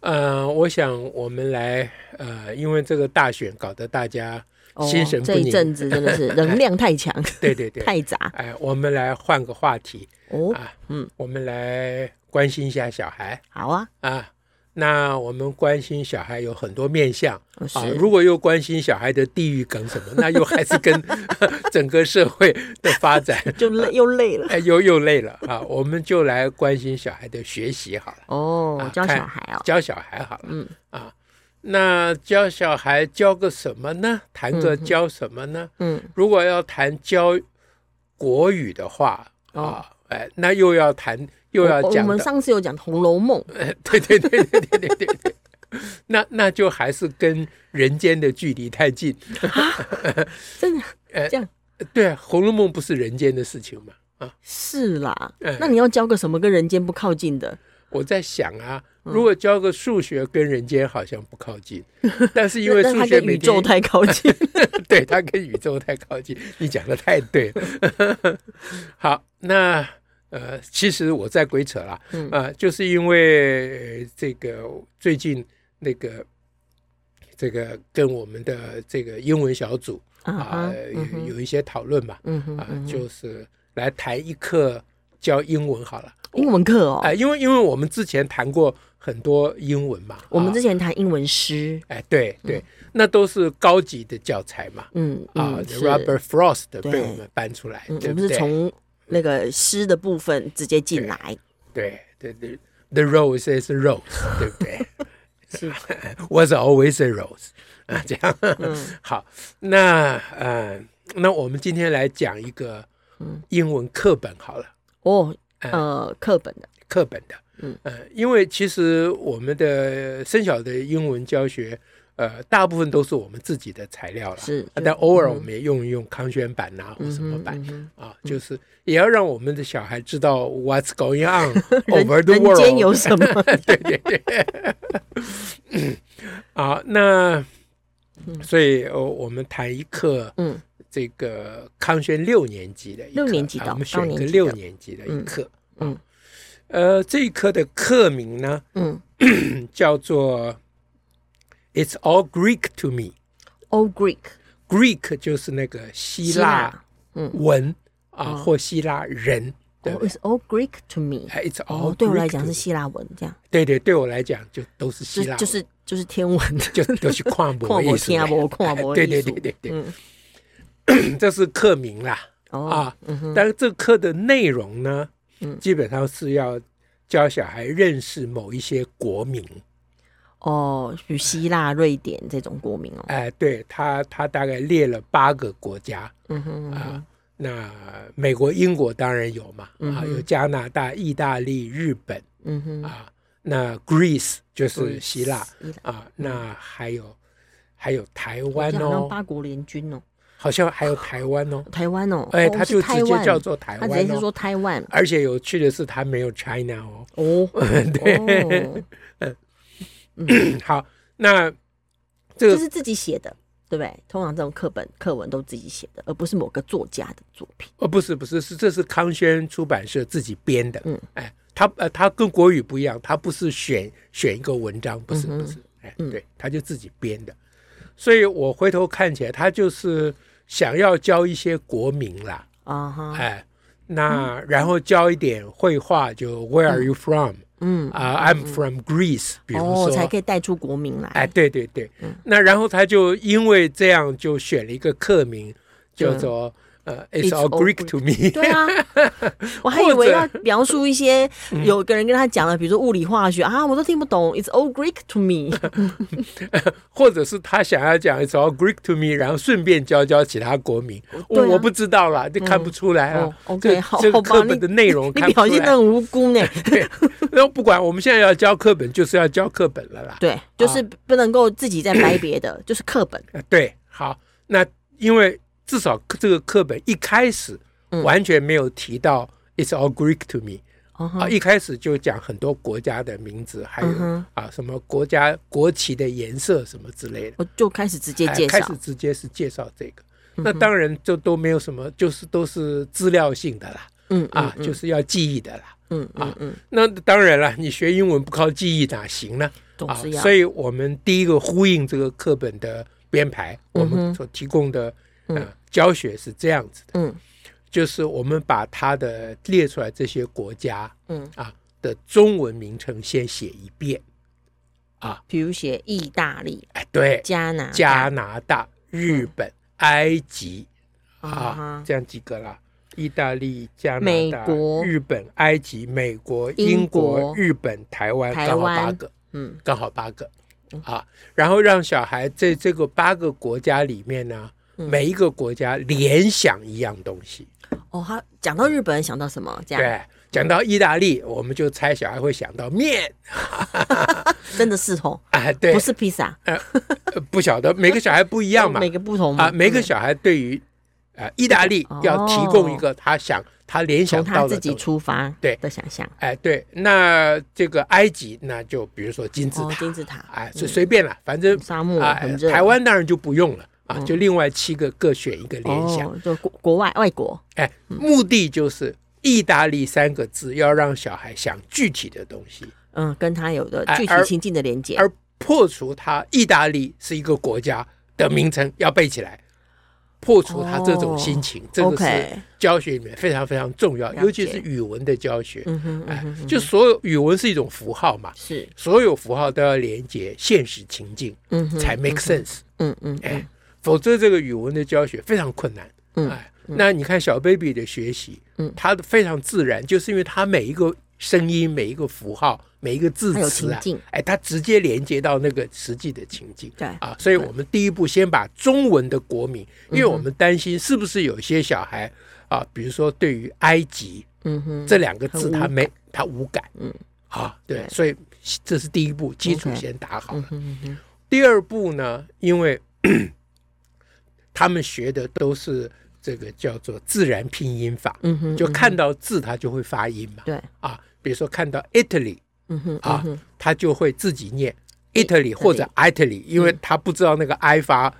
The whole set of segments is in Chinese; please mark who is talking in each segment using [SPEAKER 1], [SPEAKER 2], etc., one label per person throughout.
[SPEAKER 1] 呃，我想我们来，呃，因为这个大选搞得大家心神不
[SPEAKER 2] 哦这
[SPEAKER 1] 宁。
[SPEAKER 2] 一阵子真的是能量太 强，
[SPEAKER 1] 对对对，
[SPEAKER 2] 太杂
[SPEAKER 1] 哎，我们来换个话题
[SPEAKER 2] 哦。
[SPEAKER 1] 啊，
[SPEAKER 2] 嗯，
[SPEAKER 1] 我们来关心一下小孩
[SPEAKER 2] 好啊，
[SPEAKER 1] 啊。那我们关心小孩有很多面向
[SPEAKER 2] 嗯是
[SPEAKER 1] 啊，如果又关心小孩的地域 梗什么，那又还是跟 整个社会的发 展，
[SPEAKER 2] 就累又累了。
[SPEAKER 1] 哎，又又累了啊。我们就来关心小孩的学习好了，
[SPEAKER 2] 哦
[SPEAKER 1] 啊，
[SPEAKER 2] 教
[SPEAKER 1] 看
[SPEAKER 2] 小孩哦，
[SPEAKER 1] 教小孩好了。
[SPEAKER 2] 嗯，
[SPEAKER 1] 啊，那教小孩教个什么呢？谈
[SPEAKER 2] 嗯
[SPEAKER 1] 个
[SPEAKER 2] 哼
[SPEAKER 1] 教什么呢？
[SPEAKER 2] 嗯，
[SPEAKER 1] 如果要谈教国语的话，
[SPEAKER 2] 哦
[SPEAKER 1] 啊，哎，那又要谈又要
[SPEAKER 2] 我我
[SPEAKER 1] 讲
[SPEAKER 2] 们
[SPEAKER 1] 的，
[SPEAKER 2] 上次有讲《红楼梦》，
[SPEAKER 1] 对对对对对对对对。那那就还是跟人间的距离太近。
[SPEAKER 2] 真的
[SPEAKER 1] 对啊，《红楼梦》不是人间的事情嘛？
[SPEAKER 2] 是啦
[SPEAKER 1] 嗯。
[SPEAKER 2] 那你要教个什么跟人间不靠近的？
[SPEAKER 1] 我在想啊，如果教个数学跟人间好像不靠 近，但是因为
[SPEAKER 2] 那那
[SPEAKER 1] 数
[SPEAKER 2] 它
[SPEAKER 1] 学
[SPEAKER 2] 跟
[SPEAKER 1] 每
[SPEAKER 2] 宇
[SPEAKER 1] 天
[SPEAKER 2] 宙太靠 近。
[SPEAKER 1] 对，它跟宇宙太靠近。你讲的太对了。 好，那呃，其实我在鬼扯啦，
[SPEAKER 2] 嗯
[SPEAKER 1] 呃，就是因为、呃这个最近那个这个跟我们的这个英文小组
[SPEAKER 2] 啊
[SPEAKER 1] 啊、
[SPEAKER 2] 哈嗯
[SPEAKER 1] 有
[SPEAKER 2] 哼
[SPEAKER 1] 有一些讨论嘛，
[SPEAKER 2] 嗯哼
[SPEAKER 1] 啊、
[SPEAKER 2] 嗯哼，
[SPEAKER 1] 就是来谈一课教英文好了。
[SPEAKER 2] 英文课哦
[SPEAKER 1] 啊、。因为因为我们之前谈过很多英文嘛，
[SPEAKER 2] 我们嗯
[SPEAKER 1] 啊
[SPEAKER 2] 之前谈英文诗，
[SPEAKER 1] 哎、对对、那都是高级的教材嘛。
[SPEAKER 2] 嗯
[SPEAKER 1] 啊
[SPEAKER 2] 嗯，是，
[SPEAKER 1] ，Robert Frost
[SPEAKER 2] 对
[SPEAKER 1] 被我们搬出来，
[SPEAKER 2] 嗯
[SPEAKER 1] 对
[SPEAKER 2] 我
[SPEAKER 1] 不
[SPEAKER 2] 们是
[SPEAKER 1] 对？
[SPEAKER 2] 从那个诗的部分直接进来，
[SPEAKER 1] 对对对，The rose is a rose，对不对
[SPEAKER 2] 是，
[SPEAKER 1] ？Was always a rose 啊，这样。
[SPEAKER 2] 嗯
[SPEAKER 1] 好，那呃，那我们今天来讲一个
[SPEAKER 2] 嗯
[SPEAKER 1] 英文课本好了，
[SPEAKER 2] 哦，
[SPEAKER 1] 哎
[SPEAKER 2] 呃，课本的，
[SPEAKER 1] 课本的，
[SPEAKER 2] 嗯
[SPEAKER 1] 呃，因为其实我们的生小的英文教学，呃，大部分都是我们自己的材料了，
[SPEAKER 2] 是
[SPEAKER 1] 啊但偶尔我
[SPEAKER 2] 嗯
[SPEAKER 1] 们也用一用康轩版呐、或什么版。
[SPEAKER 2] 嗯哼
[SPEAKER 1] 啊，就是也要让我们的小孩知道 what's going on
[SPEAKER 2] 人
[SPEAKER 1] over the
[SPEAKER 2] 人间
[SPEAKER 1] world。
[SPEAKER 2] 有什么？
[SPEAKER 1] 对对对。 啊，那
[SPEAKER 2] 嗯
[SPEAKER 1] 所以呃，我们谈一课
[SPEAKER 2] 嗯
[SPEAKER 1] 这个康轩六年级的一课
[SPEAKER 2] 六年级的
[SPEAKER 1] 啊我
[SPEAKER 2] 高
[SPEAKER 1] 们选
[SPEAKER 2] 年级
[SPEAKER 1] 个
[SPEAKER 2] 的
[SPEAKER 1] 六年级的一课。
[SPEAKER 2] 嗯
[SPEAKER 1] 啊，呃，这一课的课名呢
[SPEAKER 2] 嗯
[SPEAKER 1] 嗯叫做 "It's all Greek to me"。
[SPEAKER 2] ，Old Greek，
[SPEAKER 1] Greek 就是那个希
[SPEAKER 2] 希
[SPEAKER 1] 腊
[SPEAKER 2] 腊，嗯，
[SPEAKER 1] 文啊，
[SPEAKER 2] 哦
[SPEAKER 1] 或希腊人，对
[SPEAKER 2] 哦
[SPEAKER 1] 不对
[SPEAKER 2] ，It's all Greek to me。
[SPEAKER 1] 哎，it's all
[SPEAKER 2] 哦，对我来
[SPEAKER 1] Greek
[SPEAKER 2] 讲
[SPEAKER 1] to
[SPEAKER 2] 是
[SPEAKER 1] me
[SPEAKER 2] 希腊文，这样，
[SPEAKER 1] 对对，对我来讲就都是
[SPEAKER 2] 就
[SPEAKER 1] 希腊文，
[SPEAKER 2] 就是就是天文的，
[SPEAKER 1] 就都是跨博
[SPEAKER 2] 看
[SPEAKER 1] 艺
[SPEAKER 2] 我
[SPEAKER 1] 术
[SPEAKER 2] 听
[SPEAKER 1] 的，哎
[SPEAKER 2] 我看我
[SPEAKER 1] 对对对对对，
[SPEAKER 2] 嗯，
[SPEAKER 1] 这是课名啦
[SPEAKER 2] 哦
[SPEAKER 1] 啊，。
[SPEAKER 2] 嗯哼，
[SPEAKER 1] 但是这课的内容呢
[SPEAKER 2] 嗯，
[SPEAKER 1] 基本上是要教小孩认识某一些国民。
[SPEAKER 2] 哦，与希腊、瑞典这种国民哦，
[SPEAKER 1] 哎，对他，他大概列了八个国家
[SPEAKER 2] 嗯哼，嗯哼
[SPEAKER 1] 啊。那美国、英国当然有嘛，
[SPEAKER 2] 嗯
[SPEAKER 1] 啊，
[SPEAKER 2] 哼
[SPEAKER 1] 有加拿大、意大利、日本
[SPEAKER 2] 嗯哼，
[SPEAKER 1] 啊。那 Greece 就是希腊
[SPEAKER 2] 希腊，
[SPEAKER 1] 啊，那还有还有台
[SPEAKER 2] 我
[SPEAKER 1] 湾
[SPEAKER 2] 记嗯得好像
[SPEAKER 1] 哦，
[SPEAKER 2] 八国联军哦，
[SPEAKER 1] 好像还有台湾哦，
[SPEAKER 2] 台湾哦，
[SPEAKER 1] 哎，
[SPEAKER 2] 哦
[SPEAKER 1] 他
[SPEAKER 2] 是
[SPEAKER 1] 就
[SPEAKER 2] 台
[SPEAKER 1] 直接
[SPEAKER 2] 湾
[SPEAKER 1] 叫做台
[SPEAKER 2] 他直
[SPEAKER 1] 湾
[SPEAKER 2] 接是
[SPEAKER 1] 哦。
[SPEAKER 2] 说台 湾
[SPEAKER 1] 而且有趣的是，他没有 China 哦。
[SPEAKER 2] 哦，
[SPEAKER 1] 对，
[SPEAKER 2] 哦，
[SPEAKER 1] 好，那这
[SPEAKER 2] 这
[SPEAKER 1] 个
[SPEAKER 2] 是自己写的，对不对？通常这种课本课文都自己写的，而不是某个作家的作品。
[SPEAKER 1] 哦不是不是是这是康轩出版社自己编的，
[SPEAKER 2] 嗯
[SPEAKER 1] 哎，他呃他跟国语不一样，他不是选选一个文章，不是
[SPEAKER 2] 嗯哼
[SPEAKER 1] 不是，哎，
[SPEAKER 2] 嗯
[SPEAKER 1] 对，他就自己编的。所以我回头看起来，他就是想要教一些国民啦，
[SPEAKER 2] 啊哈，
[SPEAKER 1] 哎，那然后教一点绘画，就 Where are you from？
[SPEAKER 2] 嗯，
[SPEAKER 1] 啊，I'm from Greece，比如
[SPEAKER 2] 哦，
[SPEAKER 1] 说
[SPEAKER 2] 才可嗯以带出国民来。
[SPEAKER 1] 哎，对对
[SPEAKER 2] 嗯
[SPEAKER 1] 对，那然后他就因为这样就选了一个课名，叫做呃，It's all Greek to me。
[SPEAKER 2] 对 啊，我还以为要描述一些
[SPEAKER 1] 嗯
[SPEAKER 2] 有个人跟他讲了，比如说物理化学啊，我都听不懂。It's all Greek to me。
[SPEAKER 1] 或者是他想要讲 It's all Greek to me，然后顺便教教其他国民。
[SPEAKER 2] 哦啊
[SPEAKER 1] 我我不知道啦，就看不出来啊。
[SPEAKER 2] 嗯 OK，好，
[SPEAKER 1] 这
[SPEAKER 2] 好
[SPEAKER 1] 个
[SPEAKER 2] 吧
[SPEAKER 1] 课，本的内容
[SPEAKER 2] 你
[SPEAKER 1] 看不出
[SPEAKER 2] 表现
[SPEAKER 1] 来
[SPEAKER 2] 的。很无辜呢。
[SPEAKER 1] 对，然后不管我们现在要教课本，就是要教课本了啦。
[SPEAKER 2] 对，就是不能够自己再掰别的，就是课本。
[SPEAKER 1] 呃对，好，那因为至少课这个课本一开始
[SPEAKER 2] 嗯
[SPEAKER 1] 完全没有提到 "It's all Greek to me"
[SPEAKER 2] 哦
[SPEAKER 1] 啊，一开始就讲很多国家的名字，还有
[SPEAKER 2] 嗯哼
[SPEAKER 1] 啊什么国家国旗的颜色什么之类的，
[SPEAKER 2] 我就开始直接
[SPEAKER 1] 哎
[SPEAKER 2] 介
[SPEAKER 1] 开
[SPEAKER 2] 绍嗯
[SPEAKER 1] 始。直接是介绍这个。那当然就都没有什么，就是都是资料性的啦，
[SPEAKER 2] 嗯
[SPEAKER 1] 啊，就是要记忆的啦。
[SPEAKER 2] 嗯嗯嗯，
[SPEAKER 1] 那当然了，你学英文不靠记忆哪行呢？
[SPEAKER 2] 总
[SPEAKER 1] 啊
[SPEAKER 2] 是，要
[SPEAKER 1] 所以我们第一个呼应这个课本的编排，
[SPEAKER 2] 嗯
[SPEAKER 1] 我们所提供的呃教学是这样子的，
[SPEAKER 2] 嗯
[SPEAKER 1] 就是我们把它的列出来这些国家，
[SPEAKER 2] 嗯
[SPEAKER 1] 啊的中文名称先写一遍，啊，
[SPEAKER 2] 比如写意大利、
[SPEAKER 1] 哎，对，
[SPEAKER 2] 加拿大嗯
[SPEAKER 1] 加拿大、日本、埃及
[SPEAKER 2] 啊
[SPEAKER 1] 啊
[SPEAKER 2] 哈，
[SPEAKER 1] 这样几个啦。意大利、加拿
[SPEAKER 2] 美
[SPEAKER 1] 大、
[SPEAKER 2] 国
[SPEAKER 1] 日本、埃及、美国、
[SPEAKER 2] 英
[SPEAKER 1] 英国
[SPEAKER 2] 国、
[SPEAKER 1] 日本、台湾，
[SPEAKER 2] 台
[SPEAKER 1] 刚好
[SPEAKER 2] 湾
[SPEAKER 1] 八个。
[SPEAKER 2] 嗯
[SPEAKER 1] 刚好八个啊，然后让小孩在这个八个国家里面呢，
[SPEAKER 2] 嗯
[SPEAKER 1] 每一个国家联想一样东西。
[SPEAKER 2] 哦，他讲到日本想到什么？这样
[SPEAKER 1] 对，讲到意大利，我们就猜小孩会想到面
[SPEAKER 2] 真的是哦，
[SPEAKER 1] 啊，对
[SPEAKER 2] 不，是披萨，
[SPEAKER 1] 呃不晓得每个小孩不 一样嘛
[SPEAKER 2] 每个不哦同嘛嗯
[SPEAKER 1] 啊，每个小孩对于啊意大利要提供一个他想他联
[SPEAKER 2] 从
[SPEAKER 1] 想
[SPEAKER 2] 他
[SPEAKER 1] 到
[SPEAKER 2] 自
[SPEAKER 1] 的
[SPEAKER 2] 己
[SPEAKER 1] 东西。
[SPEAKER 2] 出发
[SPEAKER 1] 对
[SPEAKER 2] 的想象。
[SPEAKER 1] 哎，对，那这个埃及那就比如说金字
[SPEAKER 2] 哦，
[SPEAKER 1] 塔，
[SPEAKER 2] 金字塔，
[SPEAKER 1] 哎，随随便了，反正
[SPEAKER 2] 沙漠
[SPEAKER 1] 啊
[SPEAKER 2] 很热，嗯
[SPEAKER 1] 台湾当然就不用了啊，就另外七个各选一个联想。
[SPEAKER 2] 哦，嗯就国国外外国，
[SPEAKER 1] 哎，目的就是意大利三个字要让小孩想具体的东西，
[SPEAKER 2] 嗯，跟他有的
[SPEAKER 1] 哎
[SPEAKER 2] 具体
[SPEAKER 1] 而
[SPEAKER 2] 亲近的连接。
[SPEAKER 1] 而破除它意大利是一个国家的名称要背起来，破除他这种心情，这个是
[SPEAKER 2] 哦 OK
[SPEAKER 1] 教学里面非常非常重要，
[SPEAKER 2] 解
[SPEAKER 1] 尤其是语文的教学。
[SPEAKER 2] 嗯哼，嗯
[SPEAKER 1] 哎
[SPEAKER 2] 哼，，
[SPEAKER 1] 就所有语文是一种符号嘛，
[SPEAKER 2] 是，
[SPEAKER 1] 所有符号都要连接现实情境
[SPEAKER 2] 嗯哼，
[SPEAKER 1] 才 make sense。
[SPEAKER 2] 嗯嗯嗯
[SPEAKER 1] 哎，否则这个语文的教学非常困难。
[SPEAKER 2] 嗯
[SPEAKER 1] 哎，那你看小 baby 的学习，
[SPEAKER 2] 嗯
[SPEAKER 1] 他的非常自然，就是因为他每一个声音、每一个符号、每一个字
[SPEAKER 2] 它有
[SPEAKER 1] 词啊
[SPEAKER 2] 情境，
[SPEAKER 1] 哎，他直接连接到那个实际的情境。
[SPEAKER 2] 对
[SPEAKER 1] 啊，所以我们第一步先把中文的国民，
[SPEAKER 2] 嗯
[SPEAKER 1] 因为我们担心是不是有些小孩啊，比如说对于埃及
[SPEAKER 2] 嗯哼，
[SPEAKER 1] 这两个
[SPEAKER 2] 很
[SPEAKER 1] 字
[SPEAKER 2] 无
[SPEAKER 1] 他没他无感，
[SPEAKER 2] 嗯，
[SPEAKER 1] 啊，对，所以这是第一步，基础
[SPEAKER 2] OK
[SPEAKER 1] 先打好
[SPEAKER 2] 嗯
[SPEAKER 1] 了。
[SPEAKER 2] 哼嗯哼
[SPEAKER 1] 第二步呢，因为 他们学的都是这个叫做自然拼音法，
[SPEAKER 2] 嗯哼，
[SPEAKER 1] 就看到字他就会发音嘛。
[SPEAKER 2] 对，
[SPEAKER 1] 啊，比如说看到 Italy
[SPEAKER 2] 嗯哼
[SPEAKER 1] 啊，
[SPEAKER 2] 嗯哼
[SPEAKER 1] 他就会自己念 Italy 或者
[SPEAKER 2] 嗯
[SPEAKER 1] Italy，因为他不知道那个 I 发。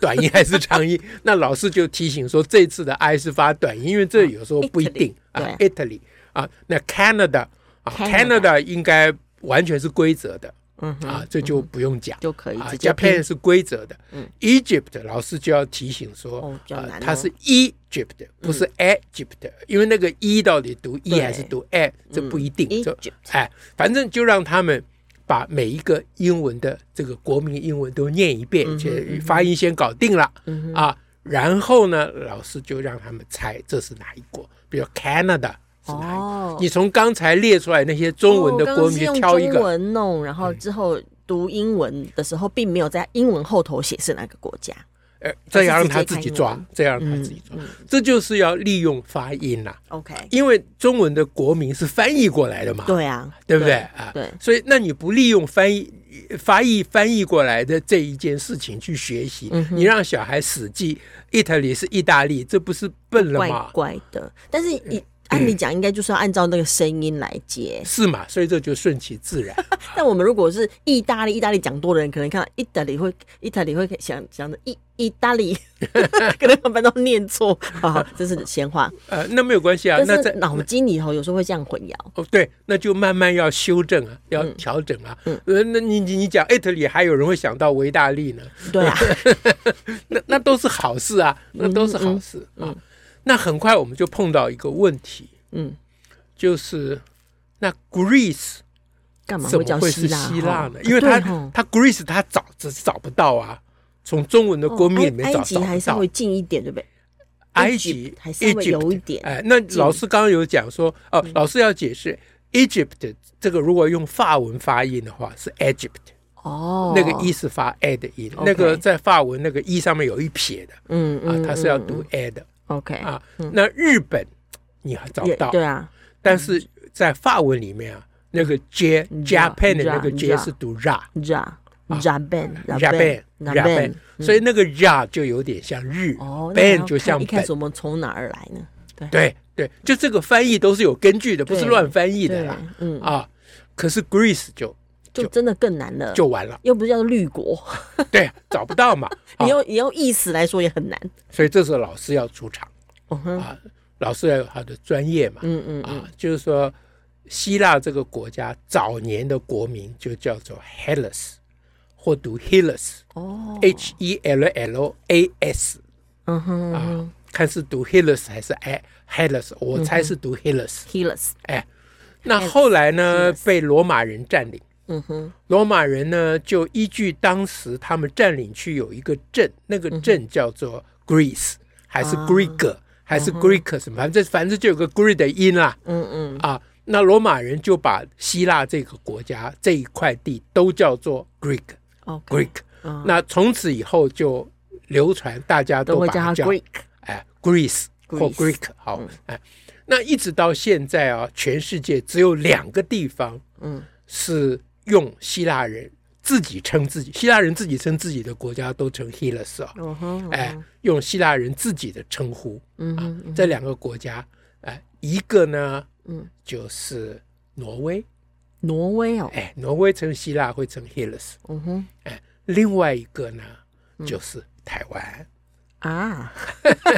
[SPEAKER 1] 短音还是 长音？那老师就提醒说，这次的 I 是发短音，因为这有时候不一定
[SPEAKER 2] 啊
[SPEAKER 1] 啊。Italy 啊，那 Canada 啊
[SPEAKER 2] Canada
[SPEAKER 1] ，Canada 应该完全是规则的
[SPEAKER 2] 嗯哼，
[SPEAKER 1] 啊，这就不用讲。
[SPEAKER 2] 就可以
[SPEAKER 1] 啊
[SPEAKER 2] 直接拼
[SPEAKER 1] ，Japan 是规则的。
[SPEAKER 2] 嗯
[SPEAKER 1] Egypt 老师就要提醒说，啊
[SPEAKER 2] 哦比较难哦嗯
[SPEAKER 1] 它是 Egypt，不是 Egypt，、因为那个 e 到底读 e
[SPEAKER 2] 对嗯
[SPEAKER 1] 还是读 e，这不一定。这
[SPEAKER 2] Egypt
[SPEAKER 1] 哎，反正就让他们把每一个英文的这个国民英文都念一遍，
[SPEAKER 2] 嗯
[SPEAKER 1] 且发音先搞定了、啊。然后呢，老师就让他们猜这是哪一国，比如 Canada 是哪一国。
[SPEAKER 2] 哦，
[SPEAKER 1] 你从刚才列出来那些中文的
[SPEAKER 2] 哦刚
[SPEAKER 1] 国
[SPEAKER 2] 刚是
[SPEAKER 1] 民
[SPEAKER 2] 用
[SPEAKER 1] 挑一个嗯
[SPEAKER 2] 中，文弄，然后之后读英文的时候，并没有在英文后头写是哪个国家。
[SPEAKER 1] 呃，这要让他
[SPEAKER 2] 还是
[SPEAKER 1] 自
[SPEAKER 2] 直接
[SPEAKER 1] 己
[SPEAKER 2] 看英
[SPEAKER 1] 抓
[SPEAKER 2] 文，
[SPEAKER 1] 这要让他自己抓，这就是要利用发音啦、
[SPEAKER 2] OK，
[SPEAKER 1] 因为中文的国名是翻译过来的嘛，
[SPEAKER 2] 对啊，
[SPEAKER 1] 对不对啊？
[SPEAKER 2] 对，
[SPEAKER 1] 所以那你不利用翻译、翻译、翻译过来的这一件事情去学习，你让小孩死记 Italy 是意大利，这不是笨了嗯
[SPEAKER 2] 怪
[SPEAKER 1] 吗？
[SPEAKER 2] 怪的。但是你按理讲，应该就是要按照那个声音来接。
[SPEAKER 1] 是嘛？所以这就顺其自然。
[SPEAKER 2] 但我们如果是意大利，意大利讲多的人，可能看到意大利会，意大利会想想的意意大 利，可能他们都念错。好好，这是闲 话。
[SPEAKER 1] 呃，那没有关系啊。那
[SPEAKER 2] 但是
[SPEAKER 1] 在
[SPEAKER 2] 脑筋里头有时候会这样混淆。
[SPEAKER 1] 哦，对，那就慢慢要修正啊，要调整啊。呃，那你你你讲 Italy，还有人会想到维大利呢。
[SPEAKER 2] 对 啊，
[SPEAKER 1] 那那都是好事啊，
[SPEAKER 2] 嗯
[SPEAKER 1] 那都是好事啊。那很快我们就碰到一个问题，
[SPEAKER 2] 嗯，
[SPEAKER 1] 就是那 Greece
[SPEAKER 2] 干嘛
[SPEAKER 1] 怎
[SPEAKER 2] 会
[SPEAKER 1] 么
[SPEAKER 2] 叫
[SPEAKER 1] 会是
[SPEAKER 2] 腊？
[SPEAKER 1] 希腊
[SPEAKER 2] 哈
[SPEAKER 1] 呢？因为它
[SPEAKER 2] 对哦
[SPEAKER 1] 它 Greece 它找只找不到啊，从中文的
[SPEAKER 2] 哦
[SPEAKER 1] 国民
[SPEAKER 2] 埃
[SPEAKER 1] 里面找
[SPEAKER 2] 哦埃及还稍
[SPEAKER 1] 找不
[SPEAKER 2] 微
[SPEAKER 1] 到。
[SPEAKER 2] 近一点，对不对？
[SPEAKER 1] 埃
[SPEAKER 2] 埃
[SPEAKER 1] 及
[SPEAKER 2] 及还稍微
[SPEAKER 1] Egypt，
[SPEAKER 2] 有一点嗯
[SPEAKER 1] 哎，那老师刚刚有讲说，哦，老师要解释 Egypt 这个如果用法文发音的话是 Egypt，
[SPEAKER 2] 哦，
[SPEAKER 1] 那个一是发 a 的音，
[SPEAKER 2] OK
[SPEAKER 1] 那个在法文那个一上面有一撇的
[SPEAKER 2] 嗯
[SPEAKER 1] 啊
[SPEAKER 2] 嗯，，
[SPEAKER 1] 它是要读 a 的
[SPEAKER 2] OK
[SPEAKER 1] 啊。那日本你还找不
[SPEAKER 2] 也
[SPEAKER 1] 到，
[SPEAKER 2] 对啊，
[SPEAKER 1] 但是在法文里面啊，那个 j
[SPEAKER 2] 嗯
[SPEAKER 1] Japan 的那个 j 是读 ra。
[SPEAKER 2] Ra Raben
[SPEAKER 1] Japan
[SPEAKER 2] Raben，
[SPEAKER 1] 所以那个 ra 就有点像日
[SPEAKER 2] 嗯哦那还
[SPEAKER 1] ，ban
[SPEAKER 2] 要
[SPEAKER 1] 就像
[SPEAKER 2] 看一
[SPEAKER 1] 本
[SPEAKER 2] 开，始我们从哪儿来呢？
[SPEAKER 1] 对对，就这个翻译都是有根据的，不是
[SPEAKER 2] 对
[SPEAKER 1] 乱翻译的啦。
[SPEAKER 2] 嗯，
[SPEAKER 1] 啊，可是 Greece 就
[SPEAKER 2] 就真的更难了，
[SPEAKER 1] 就完了，
[SPEAKER 2] 又不是叫做绿国，
[SPEAKER 1] 对，找不 到嘛，啊
[SPEAKER 2] 你，用你用意思来说也很难。
[SPEAKER 1] 所以这时候老师要出场
[SPEAKER 2] 嗯哼，
[SPEAKER 1] 啊，老师要有他的专业嘛，
[SPEAKER 2] 嗯嗯
[SPEAKER 1] 啊，就是说希腊这个国家早年的国名就叫做 Hellas，或读 Hellas，H
[SPEAKER 2] 哦，
[SPEAKER 1] E L L A S
[SPEAKER 2] 嗯哼
[SPEAKER 1] 啊，看是读 Hellas 还是 I Hellas，我猜是读 Hellas，
[SPEAKER 2] ，Hellas，
[SPEAKER 1] 哎，那后来呢
[SPEAKER 2] Hellas
[SPEAKER 1] 被罗马人占领。
[SPEAKER 2] 嗯哼，
[SPEAKER 1] 罗马人呢，就依据当时他们占领区有一个镇，那个镇叫做 Greece，还是
[SPEAKER 2] 嗯啊
[SPEAKER 1] Greek，、还是 Greek 什么，反正反正就有个 Greek 的音啦
[SPEAKER 2] 嗯嗯，
[SPEAKER 1] 啊。那罗马人就把希腊这个国家这一块地都叫做 Greek
[SPEAKER 2] 哦
[SPEAKER 1] Greek，、
[SPEAKER 2] 嗯
[SPEAKER 1] 那从此以后就流传，大家
[SPEAKER 2] 都
[SPEAKER 1] 都
[SPEAKER 2] 会
[SPEAKER 1] 把
[SPEAKER 2] 叫
[SPEAKER 1] 它
[SPEAKER 2] 它
[SPEAKER 1] 叫
[SPEAKER 2] Greek，
[SPEAKER 1] 哎 Greece 或
[SPEAKER 2] Greece 嗯
[SPEAKER 1] Greek 好、哎。那一直到现在啊，全世界只有两个地方
[SPEAKER 2] 嗯，
[SPEAKER 1] 是用希腊人自己称自己，希腊人自己称自己的国家都称 Hellas 啊、
[SPEAKER 2] 嗯哼，
[SPEAKER 1] 哎，用希腊人自己的称呼
[SPEAKER 2] 嗯
[SPEAKER 1] 啊
[SPEAKER 2] 哼，，
[SPEAKER 1] 这两个国家，哎，一个呢，
[SPEAKER 2] 嗯，
[SPEAKER 1] 就是挪威，
[SPEAKER 2] 挪威哦，
[SPEAKER 1] 哎，挪威称希腊会称 Hellas，
[SPEAKER 2] 嗯哼，
[SPEAKER 1] 哎，另外一个呢，
[SPEAKER 2] 嗯
[SPEAKER 1] 就是台湾，
[SPEAKER 2] 啊，